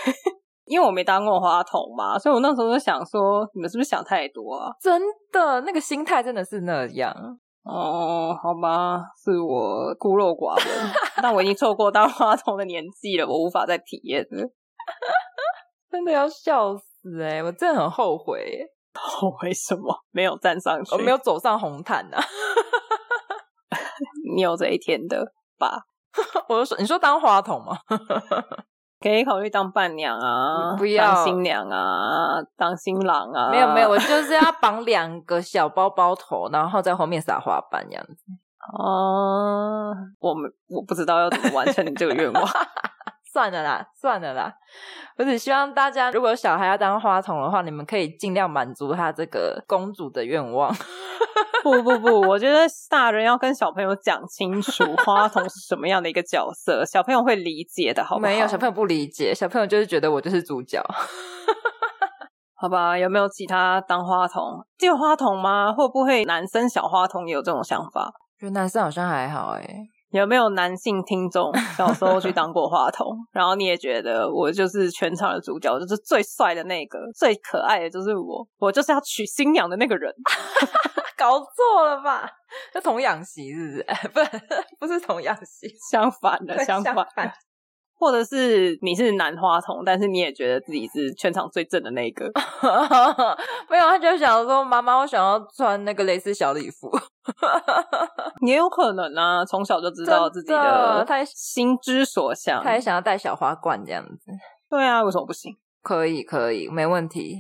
Speaker 2: [laughs]
Speaker 1: 因为我没当过花童嘛，所以我那时候就想说，你们是不是想太多啊？
Speaker 2: 真的，那个心态真的是那样。
Speaker 1: 哦，好吧，是我孤陋寡闻，但我已经错过当花童的年纪了，我无法再体验了， [laughs]
Speaker 2: 真的要笑死哎、我真的很后悔欸、
Speaker 1: 后悔什么？没有站上去，
Speaker 2: 哦我没有走上红毯啊！
Speaker 1: 你有这一天的吧？
Speaker 2: 我就说，你说当花童吗？
Speaker 1: 可以考虑当伴娘啊，
Speaker 2: 你不要
Speaker 1: 当新娘啊，当新郎啊，
Speaker 2: [laughs] 没有 [laughs] 没有，我就是要绑两个小包包头，然后在后面撒花瓣这样子。
Speaker 1: 哦，我们我不知道要怎么完成你这个愿望。
Speaker 2: 算了啦，算了啦。我只希望大家如果有小孩要当花童的话，你们可以尽量满足他这个公主的愿望。
Speaker 1: 不不不，我觉得大人要跟小朋友讲清楚花童是什么样的一个角色，小朋友会理解的，好不好？
Speaker 2: 没有小朋友不理解，小朋友就是觉得我就是主 [laughs] 角。
Speaker 1: 好吧？有没有其他当花童？只有花童吗？会不会男生小花童也有这种想法？
Speaker 2: 觉得男生好像还好哎、
Speaker 1: 有没有男性听众小时候去当过花童，然后你也觉得我就是全场的主角，我就是最帅的那个，最可爱的就是我，我就是要娶新娘的那个人。
Speaker 2: [laughs] 搞错了吧？ [laughs] 是童养媳是不是？ [laughs] 哎不，不是童养媳，
Speaker 1: 相反的，相反，或者是你是男花童，但是你也觉得自己是全场最正的那个。
Speaker 2: [laughs] 没有，他就想说，妈妈，我想要穿那个蕾丝小礼服。
Speaker 1: 也有可能啊，从小就知道自己
Speaker 2: 真的
Speaker 1: 的
Speaker 2: 他也
Speaker 1: 心之所向。
Speaker 2: 他也想要戴小花冠这样子，
Speaker 1: 对啊，为什么不行？
Speaker 2: 可以，可以，没问题。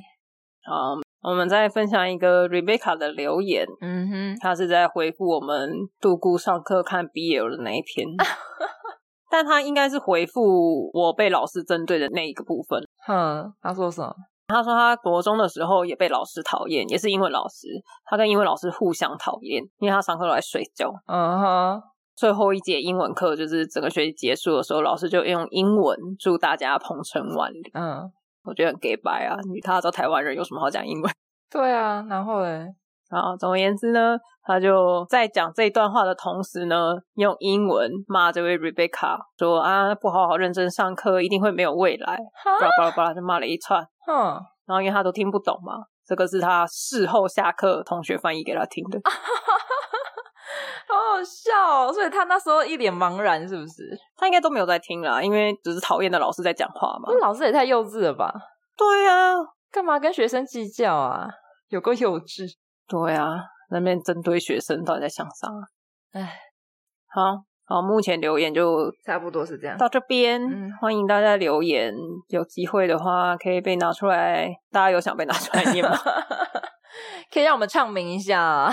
Speaker 1: 好，我们再分享一个 Rebecca 的留言，
Speaker 2: 嗯哼，
Speaker 1: 她是在回复我们杜姑上课看 BL 的那一
Speaker 2: [laughs]
Speaker 1: 篇，但她应该是回复我被老师针对的那一个部分。
Speaker 2: 哼，他说什么？
Speaker 1: 她说她国中的时候也被老师讨厌，也是英文老师，她跟英文老师互相讨厌，因为她上课都在睡觉。
Speaker 2: 嗯哼，
Speaker 1: 最后一节英文课就是整个学期结束的时候，老师就用英文祝大家鹏程万里。
Speaker 2: 嗯，
Speaker 1: 我觉得很 gay 白啊！你他知道台湾人有什么好讲英文？
Speaker 2: 对啊，然后嘞，
Speaker 1: 啊，总而言之呢，他就在讲这段话的同时呢，用英文骂这位 Rebecca 说啊，不好好认真上课，一定会没有未来，巴
Speaker 2: 哈，
Speaker 1: 拉巴拉巴拉就骂了一串。
Speaker 2: 哼，
Speaker 1: 然后因为他都听不懂嘛，这个是他事后下课同学翻译给他听
Speaker 2: 啊
Speaker 1: 的。
Speaker 2: 好好笑、哦。所以他那时候一脸茫然，是不是？
Speaker 1: 他应该都没有在听啦，因为只是讨厌的老师在讲话嘛
Speaker 2: 那。老师也太幼稚了吧？
Speaker 1: 对啊，
Speaker 2: 干嘛跟学生计较啊？有够幼稚。
Speaker 1: 对啊，那边针对学生到底在想啥？
Speaker 2: 唉，
Speaker 1: 好好，目前留言就
Speaker 2: 差不多是这样
Speaker 1: 到这边，
Speaker 2: 嗯
Speaker 1: 欢迎大家留言，有机会的话可以被拿出来。大家有想被拿出来念吗？
Speaker 2: [laughs] 可以让我们唱名一下啊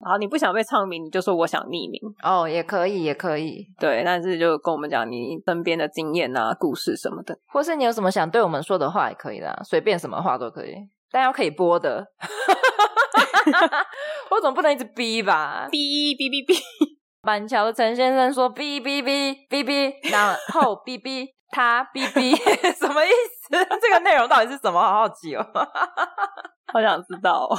Speaker 1: 好，你不想被唱名，你就说我想匿名，
Speaker 2: 哦，也可以，也可以。
Speaker 1: 对，但是就跟我们讲你身边的经验啊、故事什么的。
Speaker 2: 或是你有什么想对我们说的话也可以啦，随便什么话都可以，但要可以播的。 [laughs] 我总不能一直逼吧？
Speaker 1: 哔哔哔哔，
Speaker 2: 板桥的陈先生说哔哔哔哔哔，然后哔哔他哔哔， [laughs] 什么意思？这个内容到底是什么？好好奇哦。
Speaker 1: 好想知道、哦。 [laughs]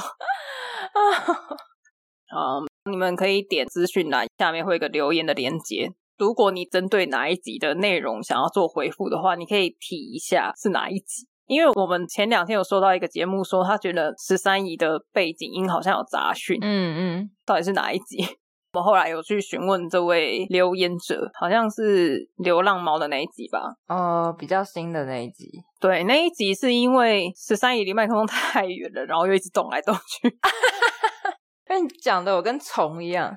Speaker 1: 好，你们可以点资讯栏下面会有一个留言的连接。如果你针对哪一集的内容想要做回复的话，你可以提一下是哪一集。因为我们前两天有收到一个节目说，他觉得十三姨的背景音好像有杂讯，
Speaker 2: [laughs] 嗯嗯，
Speaker 1: 到底是哪一集？ [laughs] 我们后来有去询问这位留言者，好像是流浪猫的那一集吧。
Speaker 2: 哦，比较新的那一集，
Speaker 1: 对，那一集是因为十三姨离麦克风太远了，然后又一直动来动去。
Speaker 2: 跟你讲的我跟虫一样，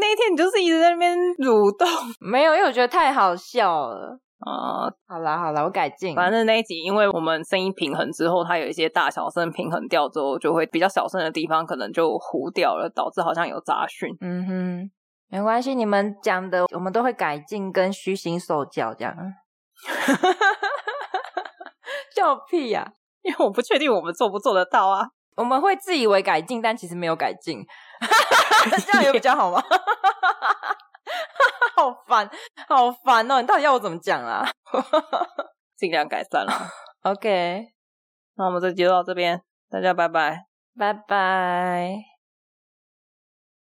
Speaker 1: 那一天你就是一直在那边蠕动
Speaker 2: 没有，因为我觉得太好笑了。
Speaker 1: 啊、
Speaker 2: 好啦好啦，我改进。
Speaker 1: 反正那一集，因为我们声音平衡之后，它有一些大小声平衡掉之后，就会比较小声的地方可能就糊掉了，导致好像有杂讯。 [laughs]
Speaker 2: 嗯哼，没关系，你们讲的我们都会改进跟虚心受教这样。啊 [laughs] 笑屁呀、
Speaker 1: 因为我不确定我们做不做得到啊。
Speaker 2: 我们会自以为改进，但其实没有改进， [laughs] 这样有比较好吗？ [laughs] 好烦，好烦哦！你到底要我怎么讲啊
Speaker 1: 尽量改善啦。
Speaker 2: ？OK，
Speaker 1: 那我们这集就到这边，大家拜拜。
Speaker 2: 拜拜。